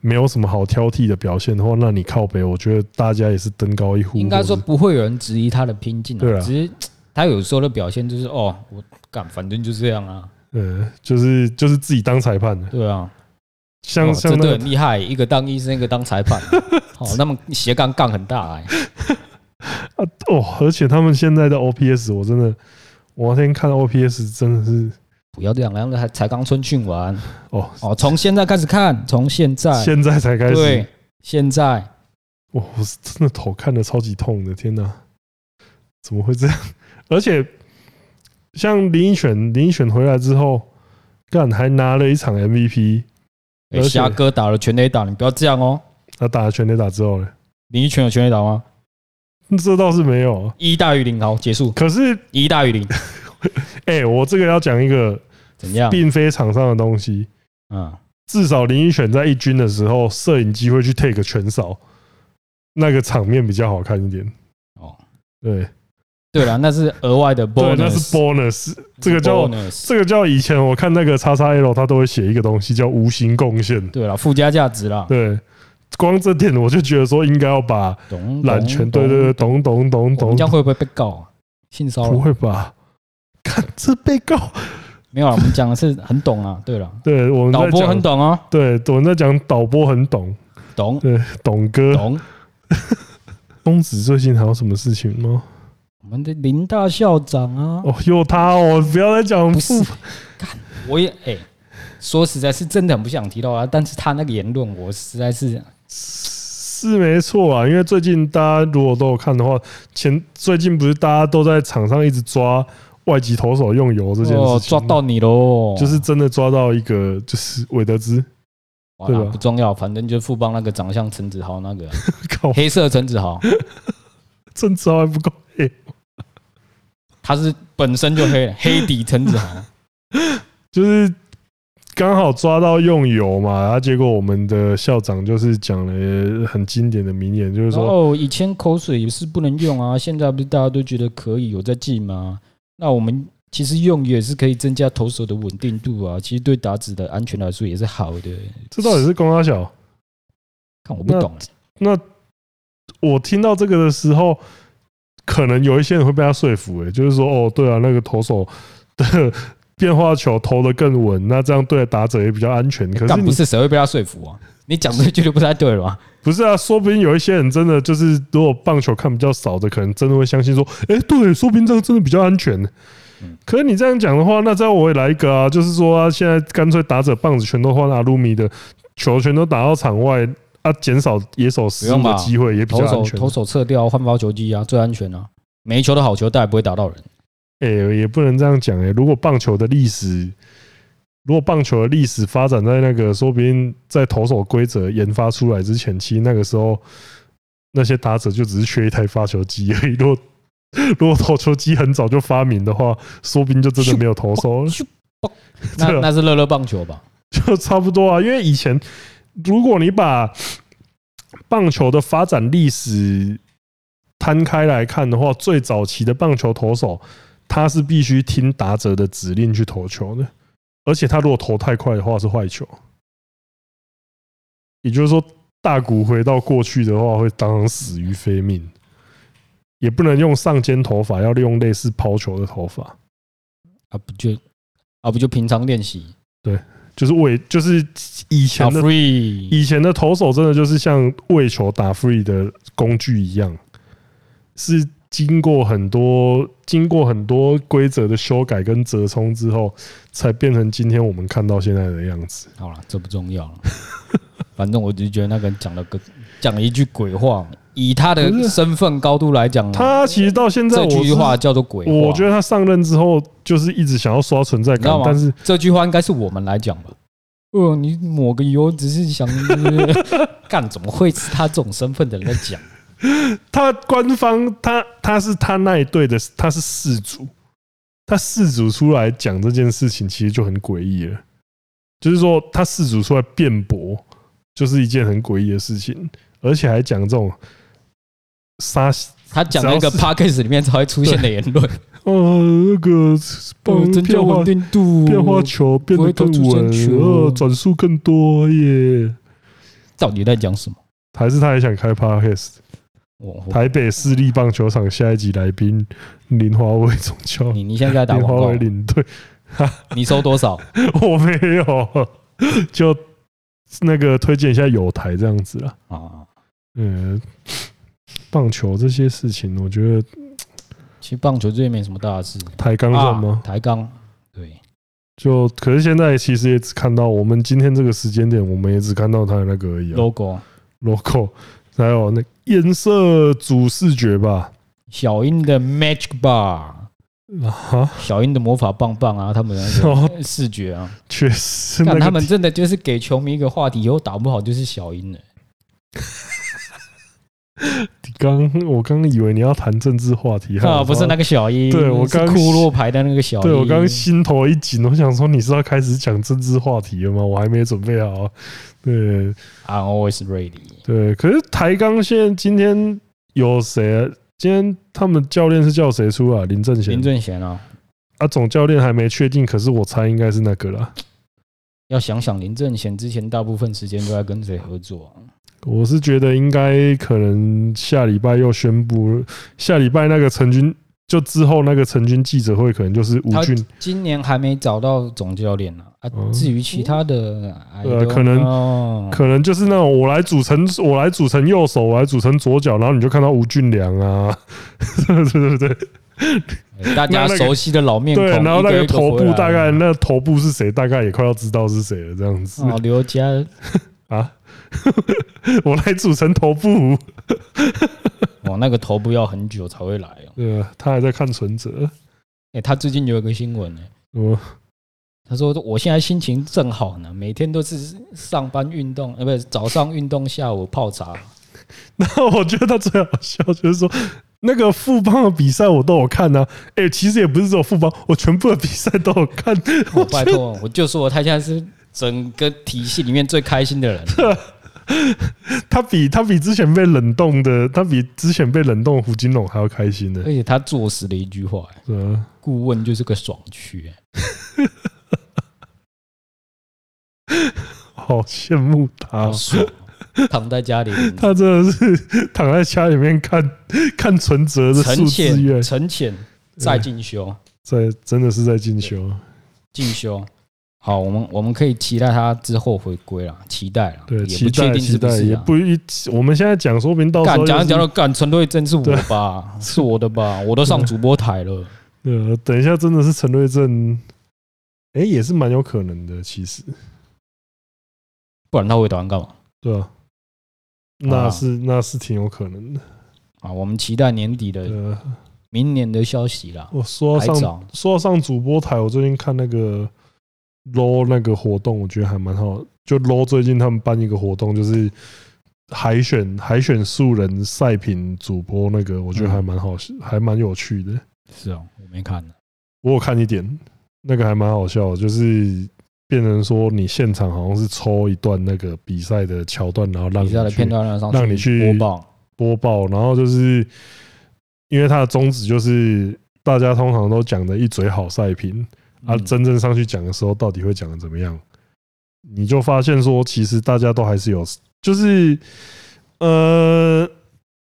A: 没有什么好挑剔的表现的话，那你靠北，我觉得大家也是登高一呼。
B: 应该
A: 或
B: 说
A: 者
B: 不会有人质疑他的拼劲
A: 对
B: 啊，
A: 啊
B: 只是他有时候的表现就是哦，我敢，反正就这样啊，
A: 是，呃，就是就是自己当裁判的，
B: 对啊，
A: 像
B: 哦
A: 像
B: 真
A: 那
B: 的
A: 个
B: 很厉害，一个当医生，一个当裁 判，哦，那么斜杠杠很大哎，
A: 啊哦，而且他们现在的 OPS，我真的，我那天看 OPS 真的是
B: 不要这样，然后还才刚春训完
A: 哦，
B: 哦，从现在开始看，从现在
A: 现在才开始
B: 对，，现在哎
A: 哇，我是真的头看的超级痛的，天哪，怎么会这样？ 而且像林依犬，林依犬回来之后，干还拿了一场 MVP，
B: 哎
A: 而且
B: 虾哥打了全垒打，你不要这样哦，
A: 他打了全垒打之后呢，
B: 林一拳有全垒打吗？
A: 这倒是没有。啊
B: 一大于零，好，结束，
A: 可是，
B: 一大 于零，
A: 哎、我这个要讲一个，
B: 怎样？
A: 并非场上的东西。
B: 嗯，
A: 至少林依犬在一军的时候，摄影机会去 take 全扫，那个场面比较好看一点。
B: 哦，
A: 对
B: 对了，那是额外的
A: 对，
B: bonus，
A: 那是 bonus，这个叫
B: bonus，
A: 这个叫以前我看那个叉叉 L，他都会写一个东西叫无形贡献。
B: 对了，附加价值啦，
A: 对，光这点我就觉得说应该要把
B: 懂
A: 揽权，对对对，，懂懂懂
B: 我们
A: 懂
B: 这，样会不会被告啊？性骚
A: 不
B: 扰？
A: 会吧？看这被告，
B: 没有啦，我们讲的是很懂啊，对了，
A: 对，我们
B: 导
A: 在
B: 播很
A: 讲，
B: 懂哦，
A: 对，我们在讲导播很懂，
B: 懂
A: 对，董哥，
B: 懂。
A: 公子最近还有什么事情吗？
B: 我们的林大校长啊，
A: 哦，有他哦，不要再讲
B: 不
A: 父
B: 是，我也哎、说实在是真的很不想提到啊，但是他那个言论，我实在是
A: 是没错啊，因为最近大家如果都有看的话，前最近不是大家都在场上一直抓外籍投手用油这件事情吗，
B: 哦抓到你喽，
A: 就是真的抓到一个就是韦德兹，
B: 哇
A: 对吧
B: 不重要，反正就是富邦那个长相陈子豪那个
A: 靠，
B: 黑色陈 子豪，
A: 政治还不够黑，
B: 他是本身就 黑黑底陈子豪，
A: 就是刚好抓到用油嘛，然后结果我们的校长就是讲了很经典的名言，就是
B: 然
A: 说
B: 后以前口水也是不能用啊，现在不是大家都觉得可以有在进吗？那我们其实用也是可以增加投手的稳定度啊，其实对打子的安全来说也是好的。
A: 这到底是公阿小？
B: 看我不懂，
A: 那我听到这个的时候，可能有一些人会被他说服、欸，就是说，哦，对啊，那个投手的 变化球投得更稳，那这样对打者也比较安全。可是
B: 干
A: 你
B: 不是谁会被他说服啊？你讲这句就不太对了吧？
A: 不是啊，说不定有一些人真的就是，如果棒球看比较少的，可能真的会相信说，哎、对，说不定这样真的比较安全
B: 嗯。
A: 可是你这样讲的话，那这样我也来一个啊，就是说、啊，现在干脆打者棒子全都换阿鲁米的，球全都打到场外，啊，减少野手失误
B: 不
A: 的
B: 用吧
A: 机会也 比
B: 投
A: 较
B: 手
A: 安全。
B: 投手撤掉换发球机啊，最安全啊，每一球的好球带也不会打到人。
A: 哎、也不能这样讲哎、如果棒球的历史，如果棒球的历史发展在那个，说不定在投手规则研发出来之前期，其实那个时候那些打者就只是缺一台发球机而已。如果 如果投球机很早就发明的话，说不定就真的没有投手了，
B: 咻嘣那
A: 对啊
B: 那是乐乐棒球吧？
A: 就 差不多啊。因为以前，如果你把棒球的发展历史摊开来看的话，最早期的棒球投手，他是必须听打者的指令去投球的，而且他如果投太快的话是坏球。也就是说，大谷回到过去的话，会当场死于非命。也不能用上肩投法，要利用类似抛球的投法，
B: 啊不就啊不就平常练习
A: 就是为就是以前
B: 啊
A: 的
B: free
A: 以前的投手真的就是像为球打 free 的工具一样，是经过很多经过很多规则的修改跟折冲之后，才变成今天我们看到现在的样子。
B: 好了，这不重要了。 反正我只是觉得那个人讲了个讲了一句鬼话，以他
A: 不
B: 的
A: 是
B: 身份高度来讲，
A: 他其实到现在，
B: 这
A: 我
B: 句
A: 是
B: 话叫做鬼话。
A: 我觉得他上任之后就是一直想要刷存在
B: 你知
A: 感
B: 道吗，
A: 但是
B: 这句话应该是我们来讲吧。哦，你抹个油只是想 干，怎么会是他这种身份的人在讲？
A: 他官方他他是他那一队的，他是事主，他事主出来讲这件事情，其实就很诡异了。就是说，他事主出来辩驳，就是一件很诡异的事情，而且还讲这种杀
B: 他讲了一个
A: 只
B: podcast 里面才会出现的言论，
A: 呃那个
B: 哦
A: 棒
B: 增加
A: 变化
B: 稳定度，
A: 变化球变得更
B: 不会投
A: 稳
B: 出真，球
A: 呃，转速更多耶。
B: 到底在讲什么？
A: 还是他也想开 podcast？
B: 我我
A: 台北市立棒球场下一集来宾林华伟总教练，
B: 你你现在在打
A: 林华
B: 广
A: 伟
B: 告，
A: 领队。
B: 你收多少？
A: 我没有，就那个推荐一下友台这样子啦。
B: 啊，
A: 嗯，棒球这些事情，我觉得
B: 其实棒球这也没什么大事。
A: 台钢算吗？
B: 啊？抬杠，对，
A: 就可是现在其实也只看到我们今天这个时间点，我们也只看到他的那个而已、啊、
B: logo
A: logo，还有那颜色主视觉吧。
B: 小英的 Magic Bar，
A: 啊哈，
B: 小英的魔法棒棒啊，他们那
A: 哦
B: 个视觉啊，
A: 确实那
B: 看
A: 个
B: 他们真的就是给球迷一个话题，以后打不好就是小英了。
A: 提刚，我刚以为你要谈政治话题，还有
B: 啊，不是那个小英，
A: 对我
B: 是
A: 刚
B: 骷髅牌的那个小英。
A: 对我刚刚心头一紧，我想说你是要开始讲政治话题了吗？我还没准备好。啊对，
B: I'm 啊 always ready。
A: 对，可是台钢现在今天有谁、啊？今天他们教练是叫谁出啊？林正贤
B: 林正贤啊，
A: 啊，总教练还没确定，可是我猜应该是那个啦。
B: 要想想林正贤之前大部分时间都在跟谁合作啊、
A: 我是觉得应该可能下礼拜又宣布，下礼拜那个陈军就之后那个成军记者会，可能就是吴
B: 他
A: 俊，
B: 今年还没找到总教练呢啊
A: 哦。
B: 至于其他的，
A: 呃可能
B: 能
A: 可能就是那种我来组成，我来组成右手，我来组成左脚，然后你就看到吴俊良啊， 对对对对
B: 大
A: 那
B: 家
A: 那个
B: 熟悉的老面孔，
A: 对，然后那
B: 一个
A: 个
B: 一个
A: 头部
B: 回来
A: 大概那头部是谁，大概也快要知道是谁了，这样子
B: 哦，刘家
A: 啊， 我来组成头部，
B: 哇，那个头部要很久才会来哦。
A: 呃，他还在看存折，哦
B: 哎，他最近有一个新闻呢，
A: 我
B: 他说我现在心情正好呢，每天都是上班运动，呃，不是早上运动，下午泡 茶。
A: 那我觉得他最好笑就是说，那个富邦的比赛我都有看呐、啊，哎、其实也不是只有富邦，我全部的比赛都有看。
B: 我哦拜托，我就说他现在是整个体系里面最开心的 人。
A: 他比他比之前被冷冻的，他比之前被冷冻的胡金龙还要开心呢
B: 而。且他坐实了一句话、欸
A: 对啊
B: 顾问就是个爽区、欸
A: 好羡慕他
B: 好，爽哦，躺在家里，
A: 啊 他真的是躺在家里面看 看存折的
B: 沉
A: 数字
B: 潜，
A: 月，
B: 沉潜再进修，
A: 在真的是在进修。
B: 进修。好，我们我们可以期待他之后回归啦，期待啦，
A: 对，
B: 哎也不
A: 期
B: 确
A: 待
B: 定
A: 期
B: 是不
A: 待
B: 是
A: 也
B: 啊。
A: 不一，我们现在讲，说不定到时
B: 干
A: 候
B: 讲着讲
A: 就是
B: 着，干陈瑞真是我 吧，是我的吧，我都上主播台了。
A: 呃，等一下真的是陈瑞正，哎，也是蛮有可能的，其实。
B: 不然他回台湾干嘛？
A: 对啊，那
B: 啊
A: 是、那是挺有可能的。
B: 啊，我们期待年底的、
A: 呃，
B: 明年的消息啦。
A: 我说
B: 还
A: 到上
B: 早，
A: 说到上主播台，我最近看那个 LO 那个活动，我觉得还蛮好的。就 LO 最近他们办一个活动，就是海选海选素人赛品主播那个，我觉得
B: 嗯
A: 还蛮好，还蛮有趣的。
B: 是哦，我没看呢。
A: 我有看一点，那个还蛮好笑的，就是。变成说你现场好像是抽一段那个比赛的桥段，然后让
B: 比赛的
A: 你去
B: 片段让上
A: 让你去
B: 播报，
A: 播报，然后就是因为它的宗旨就是大家通常都讲的一嘴好赛评，啊，
B: 嗯
A: 真正上去讲的时候到底会讲的怎么样，你就发现说，其实大家都还是有，就是呃，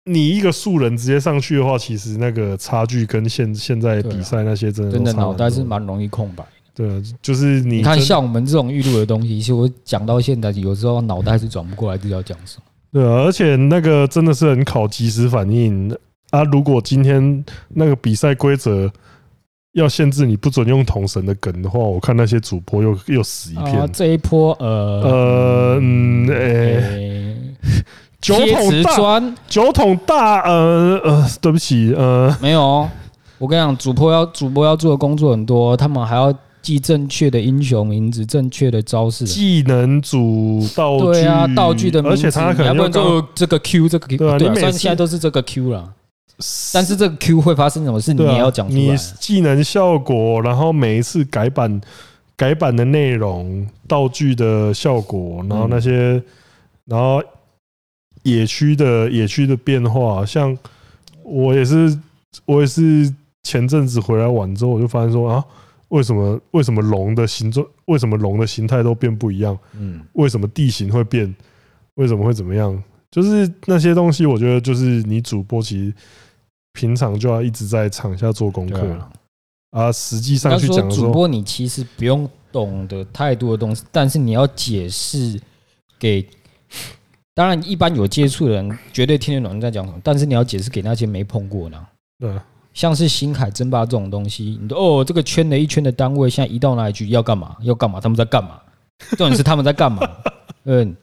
A: 你一个素人直接上去的话，其实那个差距跟现现在
B: 对啊
A: 比赛那些真的都
B: 真的
A: 差蛮
B: 脑袋是
A: 多的
B: 蛮容易空白。
A: 对啊，就是你
B: 你看，
A: 真
B: 像我们这种预录的东西，其实我讲到现在，有时候脑袋是转不过来自己要讲什么。
A: 对啊，而且那个真的是很考即时反应啊！如果今天那个比赛规则要限制你不准用统神的梗的话，我看那些主播又又死一片。
B: 啊，这一波，呃哎
A: 呃嗯呃诶
B: 诶
A: 酒
B: 贴
A: 桶
B: 瓷
A: 大，
B: 砖
A: 酒桶大，呃呃，对不起，呃，
B: 没有哦。我跟你讲，主播要主播要做的工作很多，他们还要记正确的英雄名字、正确的招式。
A: 技能组道具，
B: 对啊，道具的名
A: 而
B: 字，
A: 且他可
B: 你还
A: 能
B: 不
A: 又
B: 能
A: 刚
B: 就这个 Q 这个 Q，
A: 对啊
B: 对
A: 你
B: 啊，
A: 每
B: 虽然
A: 次
B: 现在都是这个 Q 啦，但
A: 是。
B: 是这个 Q 会发生什么事，你
A: 对啊
B: 也要讲出
A: 你
B: 来。
A: 技能效果，然后每一次改版改版的内容、道具的效果，然后那些，
B: 嗯
A: 然后野区的野区的变化，像我也是我也是前阵子回来玩之后，我就发现说啊，为什么为什么龙的形状，为什么龙的形态都变不一样？
B: 嗯，
A: 为什么地形会变，为什么会怎么样，就是那些东西，我觉得就是你主播其实平常就要一直在场下做功课
B: 对
A: 了
B: 啊
A: 啊，实际上
B: 他
A: 去
B: 说
A: 讲的时
B: 主
A: 候，
B: 播你其实不用懂得太多的东西，但是你要解释给。当然，一般有接触的人绝对听得懂你在讲什么，但是你要解释给那些没碰过的啊，
A: 对啊
B: 像是星海争霸这种东西，你都哦，这个圈的一圈的单位，现在移到哪里去？要干嘛？要干嘛？他们在干 嘛？重点是他们在干嘛？嗯，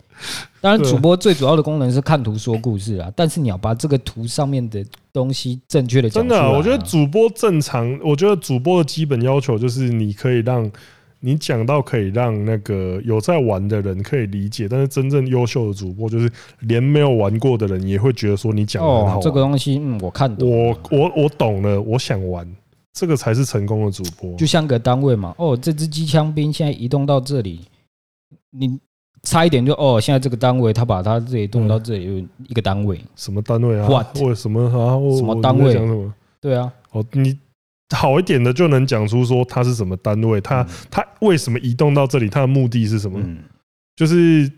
B: 当然，
A: 对
B: 主播最主要的功能是看图说故事啊，但是你要把这个图上面的东西正确的讲
A: 真
B: 出
A: 的
B: 来
A: 啊、
B: 啊、
A: 我觉得主播正常，我觉得主播的基本要求就是你可以让。你讲到可以让那个有在玩的人可以理解，但是真正优秀的主播就是连没有玩过的人也会觉得说你讲的很好啊
B: 哦
A: 玩、，
B: 这个东西，嗯，我看懂了，
A: 我我我懂了，我想玩，这个才是成功的主播。
B: 就像个单位嘛，哦，这支机枪兵现在移动到这里，你差一点就哦，现在这个单位他把他这里动到这里，有一个单位，
A: 什么单位啊
B: What？
A: 或者什么啊？我
B: 什么
A: 我你
B: 单位
A: 在讲什么？
B: 对啊，
A: 哦，你好一点的就能讲出说它是什么单位，它它为什么移动到这里，它的目的是什么？
B: 嗯，
A: 就是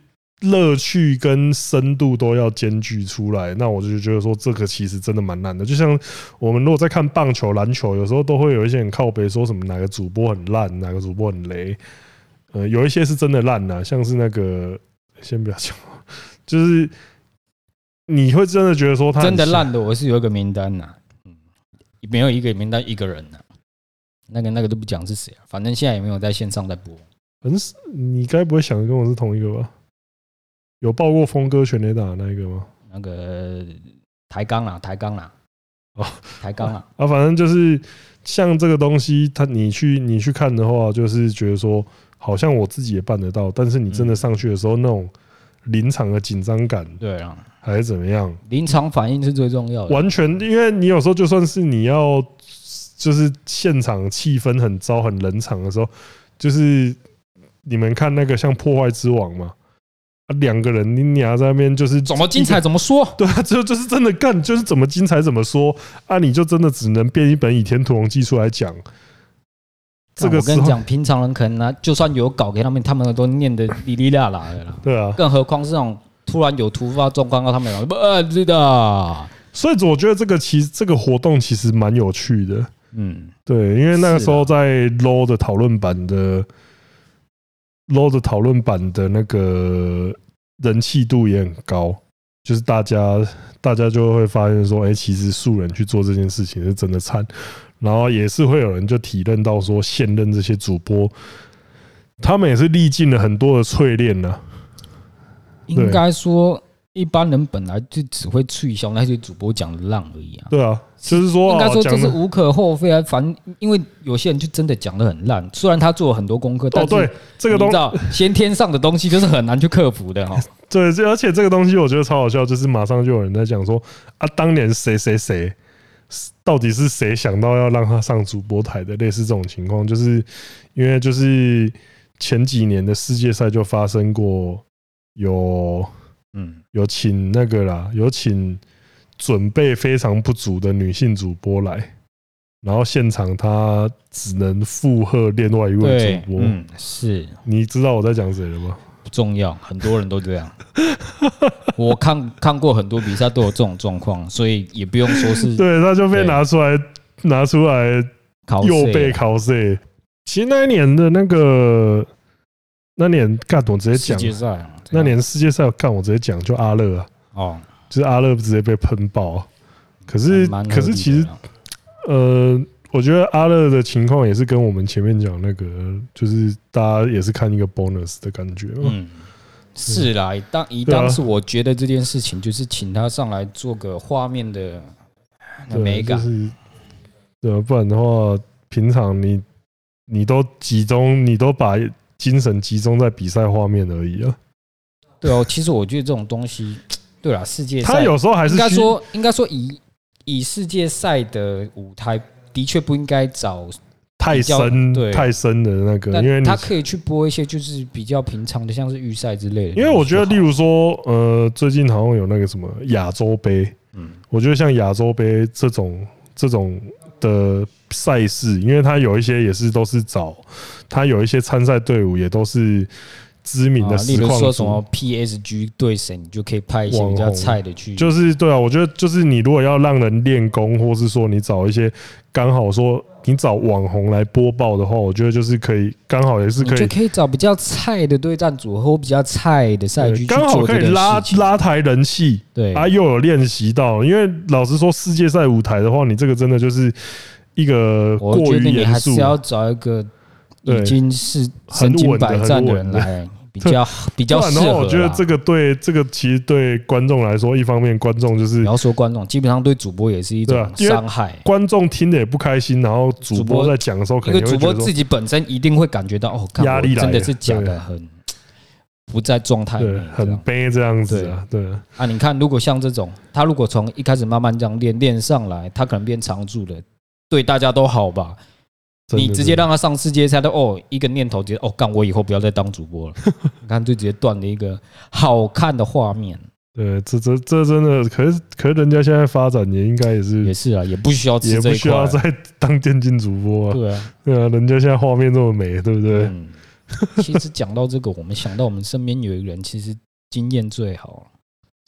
A: 乐趣跟深度都要兼具出来，那我就觉得说这个其实真的蛮难的。就像我们如果在看棒球、篮球，有时候都会有一些人靠北说什么哪个主播很烂，哪个主播很雷，呃，有一些是真的烂呐，像是那个先不要讲，就是你会真的觉得说他很
B: 真的
A: 瞎
B: 烂的，我是有一个名单呐、嗯，没有一个名单一个人呐、那个那个都不讲是谁、啊，反正现在也没有在线上在播。
A: 很少，你该不会想的跟我是同一个吧？有报过峰哥全垒打的那一个吗？
B: 那个啊抬杠啦，抬杠啦，
A: 哦，
B: 抬杠啦，
A: 啊，反正就是像这个东西，它你去你去看的话，就是觉得说，好像我自己也办得到，但是你
B: 嗯
A: 真的上去的时候，那种临场的紧张感
B: 对啊，
A: 还是怎么样，
B: 临场反应是最重要的。
A: 完全因为你有时候就算是你要就是现场气氛很糟、很冷场的时候，就是你们看那个像《破坏之王》嘛，啊，两个人你俩在那边就是
B: 怎么精彩怎么说，
A: 对啊，就就是真的干，就是怎么精彩怎么说啊，你就真的只能变一本《倚天屠龙记》出来讲。这个
B: 我
A: 时
B: 跟你
A: 候
B: 讲，平常人可能呢，就算有稿给他们，他们都念得哩哩啦啦的啦，
A: 对啊，
B: 更何况是那种突然有突发状况，让他们讲不呃是的，
A: 所以我觉得这个其实这个活动其实蛮有趣的。
B: 嗯，
A: 对，因为那个时
B: 是
A: 候
B: 啊
A: 在 low 的讨论版的 low 的讨论版的那个人气度也很高，就是大家大家就会发现说，哎、其实素人去做这件事情是真的惨，然后也是会有人就体认到说，现任这些主播，他们也是历尽了很多的淬炼呢、
B: 应该说一般人本来就只会取消那些主播讲的浪而已啊。
A: 对啊，就是说
B: 应该
A: 啊，
B: 说这
A: 讲
B: 是
A: 的
B: 无可厚非啊，反正因为有些人就真的讲的很烂，虽然他做了很多功课，但
A: 哦，
B: 是
A: 对，这个
B: 你
A: 东
B: 知道先天上的东西就是很难去克服 的哈。哦
A: 对，这而且这个东西我觉得超好笑，就是马上就有人在讲说啊，当年谁谁谁，到底是谁想到要让他上主播台的？类似这种情况，就是因为就是前几年的世界赛就发生过有
B: 嗯，
A: 有请那个啦，有请准备非常不足的女性主播来，然后现场她只能附和另外一位
B: 对
A: 主，播。
B: 嗯，是
A: 你知道我在讲谁了吗？
B: 不重要，很多人都这样。我看看过很多比赛都有这种状况，所以也不用说是
A: 对，他就被
B: 嗯对
A: 拿出来拿出来
B: 考
A: 又被
B: 试啊
A: 考碎。其实那一年的那个，那年干我直接
B: 世界
A: 讲，
B: 赛啊
A: 那年世界赛干我直接讲，就阿乐啊，
B: 哦，
A: 就是阿乐直接被喷爆啊。可是
B: 蛮，合
A: 可
B: 理的啊
A: 是其实
B: 啦
A: 呃，我觉得阿乐的情况也是跟我们前面讲那个，就是大家也是看一个 bonus 的感觉嘛。
B: 嗯。是啦，当以
A: 对啊
B: 当时我觉得这件事情就是请他上来做个画面的那
A: 对，
B: 美
A: 就
B: 感，
A: 是对啊，不然的话，平常你你都集中，你都把精神集中在比赛画面而已啊。
B: 对哦，其实我觉得这种东西，对啦，世界
A: 他
B: 赛
A: 有时候还是
B: 应该
A: 需
B: 说，应该说以以世界赛的舞台，的确不应该找，
A: 太
B: 比较
A: 深
B: 对
A: 太深的那个，因为
B: 但
A: 你
B: 他可以去播一些就是比较平常的，像是预赛之类的。
A: 因为我觉得，例
B: 如，
A: 如说，呃，最近好像有那个什么亚洲杯，
B: 嗯，
A: 我觉得像亚洲杯这种这种的赛事，因为它有一些也是都是找，它有一些参赛队伍也都是知名的
B: 啊例
A: 实
B: 如
A: 况
B: 说什
A: 组
B: 么 PSG 对谁，你就可以派一些比较菜的去，
A: 就是对啊，我觉得就是你如果要让人练功，或是说你找一些刚好说你找网红来播报的话，我觉得就是可以刚好也是
B: 你
A: 可以
B: 就可以找比较菜的对战组合或比较菜的赛
A: 对
B: 区，
A: 呃刚好可以拉拉抬人气。
B: 对
A: 啊，又有练习到，因为老实说，世界赛舞台的话，你这个真的就是一个
B: 我
A: 过
B: 觉
A: 于
B: 得你
A: 严
B: 还
A: 肃
B: 是，要找一个
A: 对
B: 已经是
A: 很
B: 身经
A: 稳的
B: 百
A: 很
B: 战的
A: 稳
B: 人
A: 的
B: 来比较比较
A: 不啊然
B: 适
A: 的
B: 合
A: 话，
B: 啦。
A: 我觉得这个对这个其实对观众来说，一方面观众就是
B: 你要说观众，基本上对主播也是一
A: 对啊
B: 种
A: 因为
B: 伤害。
A: 观众听的也不开心，然后主
B: 主
A: 播
B: 播
A: 在讲的时候，可
B: 因
A: 能
B: 为
A: 也
B: 主
A: 会觉
B: 播
A: 得说
B: 自己本身一定会感觉到，哦，看
A: 压
B: 我
A: 力来
B: 真的
A: 了
B: 是讲
A: 对
B: 的很不在状态
A: 对
B: 内这
A: 很
B: 样。
A: 悲这样子啊，对啊，
B: 啊，你看，如果像这种，他如果从一开始慢慢这样练练上来，他可能变常驻的，对大家都好吧？
A: 真的
B: 你直接让他上世界赛，他哦一个念头，直接哦干，我以后不要再当主播了。
A: 嗯
B: 你看，就直接断了一个好看的画面，
A: 对这这这真的，可是可是人家现在发展也应该也
B: 也
A: 是
B: 是啊，也不需要
A: 也
B: 吃这
A: 不
B: 一
A: 需
B: 块
A: 要
B: 啊。
A: 再当电竞主播啊，
B: 对啊，
A: 对啊，人家现在画面这么美，对不对？
B: 嗯，其实讲到这个，我们想到我们身边有一个人，其实经验最好。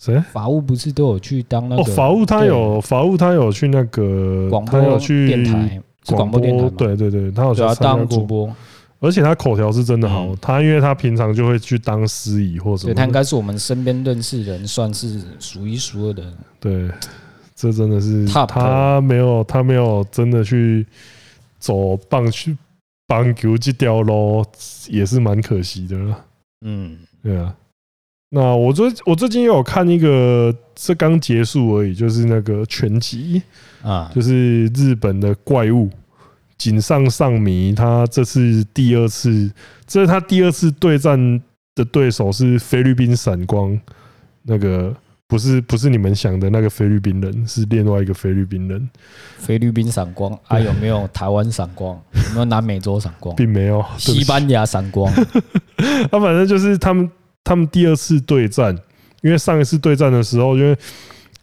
A: 谁？
B: 法务不是都有去当那
A: 哦，
B: 个
A: 法务他有法务他有去那个
B: 对广
A: 他有
B: 播
A: 去
B: 电台，是广播电台吗？
A: 对对对，他好
B: 对
A: 像
B: 啊，
A: 参加
B: 当主
A: 过，
B: 播，
A: 而且他口条是真的好。
B: 嗯
A: 他因为他平常就会去当司仪或什
B: 所以
A: 么
B: 他应
A: 的，
B: 该是我们身边认识人算是数一数二的。
A: 对，这真的是
B: Top
A: 他没有他没有真的去走棒去棒球这条路，也是蛮可惜的了。
B: 嗯，
A: 对啊，那我最我最近也有看一个，这刚结束而已，就是那个拳击，
B: 啊，
A: 就是日本的怪物井上尚弥，他这次第二次，这是他第二次对战的对手是菲律宾闪光，那个不是不是你们想的那个菲律宾人，是另外一个菲律宾人，
B: 菲律宾闪光啊，有没有台湾闪光？有没有南美洲闪光？
A: 并没有对不
B: 西
A: 起
B: 班牙闪光？
A: 那反正就是他们他们第二次对战，因为上一次对战的时候，因为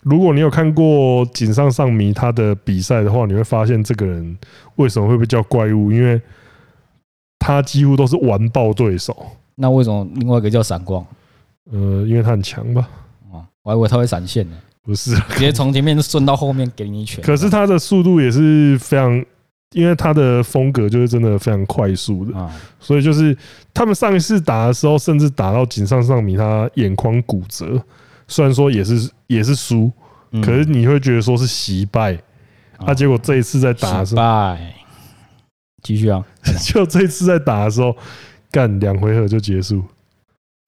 A: 如果你有看过井上尚弥他的比赛的话，你会发现这个人为什么会被叫怪物，因为他几乎都是完爆对手，
B: 那为什么另外一个叫闪光？
A: 呃，因为他很强吧。
B: 啊，我还以为他会闪现呢，
A: 不是，啊
B: 直接从前面顺到后面给你一拳。
A: 可是他的速度也是非常，因为他的风格就是真的非常快速的，
B: 啊，
A: 所以就是他们上一次打的时候，甚至打到井上尚弥他眼眶骨折，虽然说也是也是输，
B: 嗯
A: 可是你会觉得说是惜败，啊，结果这一次在打的时
B: 失
A: 候，
B: 败。继续啊，
A: 就这一次在打的时候，干两回合就结束，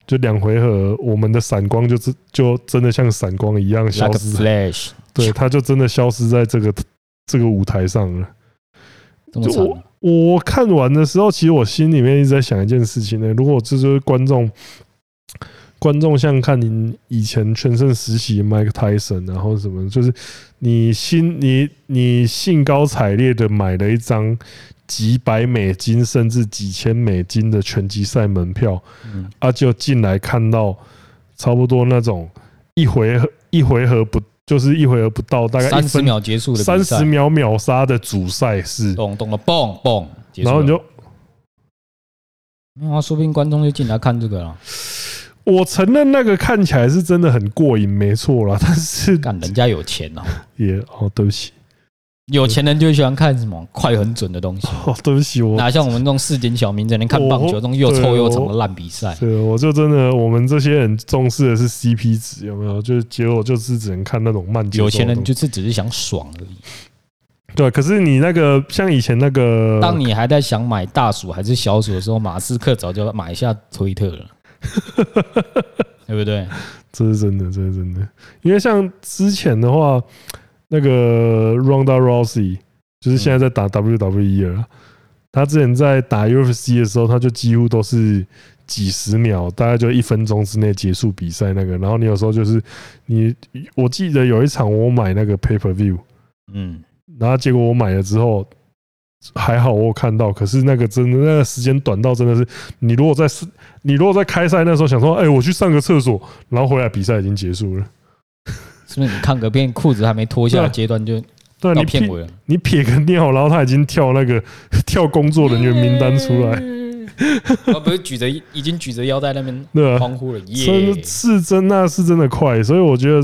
A: 就两回合，我们的闪光就真就真的像闪光一样
B: like
A: 消
B: a
A: 失，
B: flash，
A: 对，他就真的消失在这个这个舞台上了。
B: 这么
A: 就
B: 惨啊，
A: 我看完的时候，其实我心里面一直在想一件事情呢、如果这就是观众，观众像看你以前全盛时期的 Mike Tyson，然后什么，就是你心你你兴高采烈的买了一张几百美金甚至几千美金的拳击赛门票，
B: 嗯
A: 啊，就进来看到差不多那种一回合一回合不就是一回合不到，大概
B: 三
A: 一
B: 十
A: 分
B: 秒结束的比赛
A: 三十，秒秒杀的主赛事。
B: 咚咚了，蹦蹦，结束
A: 然后你
B: 了
A: 就
B: 没有啊，说不定观众就进来看这个了。
A: 我承认那个看起来是真的很过瘾，没错啦。但是
B: 干，人家有钱 哦，
A: 也哦，对不起，
B: 有钱人就喜欢看什么快很准的东西，
A: 哦，对不起，我
B: 哪像我们这种市井小民在那看棒球这种又臭又长的烂比赛。
A: 对，我就真的我们这些人重视的是 CP 值，有没有？就是结果就是只能看那种慢节奏的东
B: 有
A: 西。
B: 钱人就是只是想爽而已。
A: 对，可是你那个像以前那个，
B: 当你还在想买大鼠还是小鼠的时候，马斯克早就买下推特 了，对不对？
A: 这是真的，这是真的。因为像之前的话，那个 Ronda Rousey 就是现在在打 WWE 了啦。他之前在打 UFC 的时候，他就几乎都是几十秒，大概就一分钟之内结束比赛那个。然后你有时候就是你，我记得有一场我买那个 Pay Per View，
B: 嗯，
A: 然后结果我买了之后，还好我有看到，可是那个真的那个时间短到真的是，你如果在你如果在开赛那时候想说，哎，我去上个厕所，然后回来比赛已经结束了，
B: 是不是你看个片，裤子还没脱下
A: 对
B: 的
A: 啊
B: 阶段就
A: 对啊，
B: 到
A: 你
B: 片
A: 撇
B: 尾了？
A: 你撇个尿，然后他已经跳那个跳工作人员名单出 来，
B: 我哦不是举着已经举着腰带那边
A: 对啊，
B: 欢呼了，耶
A: 真！是真那是真的快，所以我觉得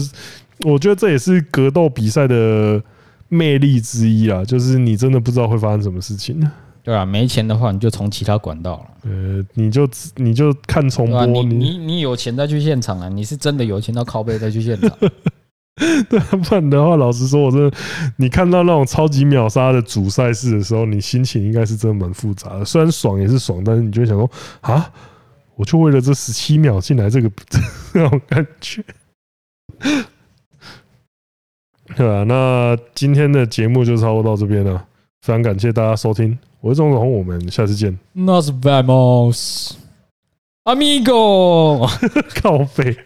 A: 我觉得这也是格斗比赛的魅力之一啊，就是你真的不知道会发生什么事情。
B: 对啊，没钱的话你就从其他管道了，
A: 呃，你就你就看重
B: 对吧、啊
A: 播，
B: 你你你有钱再去现场啊，你是真的有钱到靠背再去现 场，
A: 对啊， 不然的话，老实说，我真的，你看到那种超级秒杀的主赛事的时候，你心情应该是真的蛮复杂的。虽然爽也是爽，但是你就会想说啊，我就为了这十七秒进来这个这种感觉。 对啊，那今天的节目就差不多到这边了，非常感谢大家收听，我是钟子红，我们下次见，
B: Nos vemos, amigo 。
A: 靠背。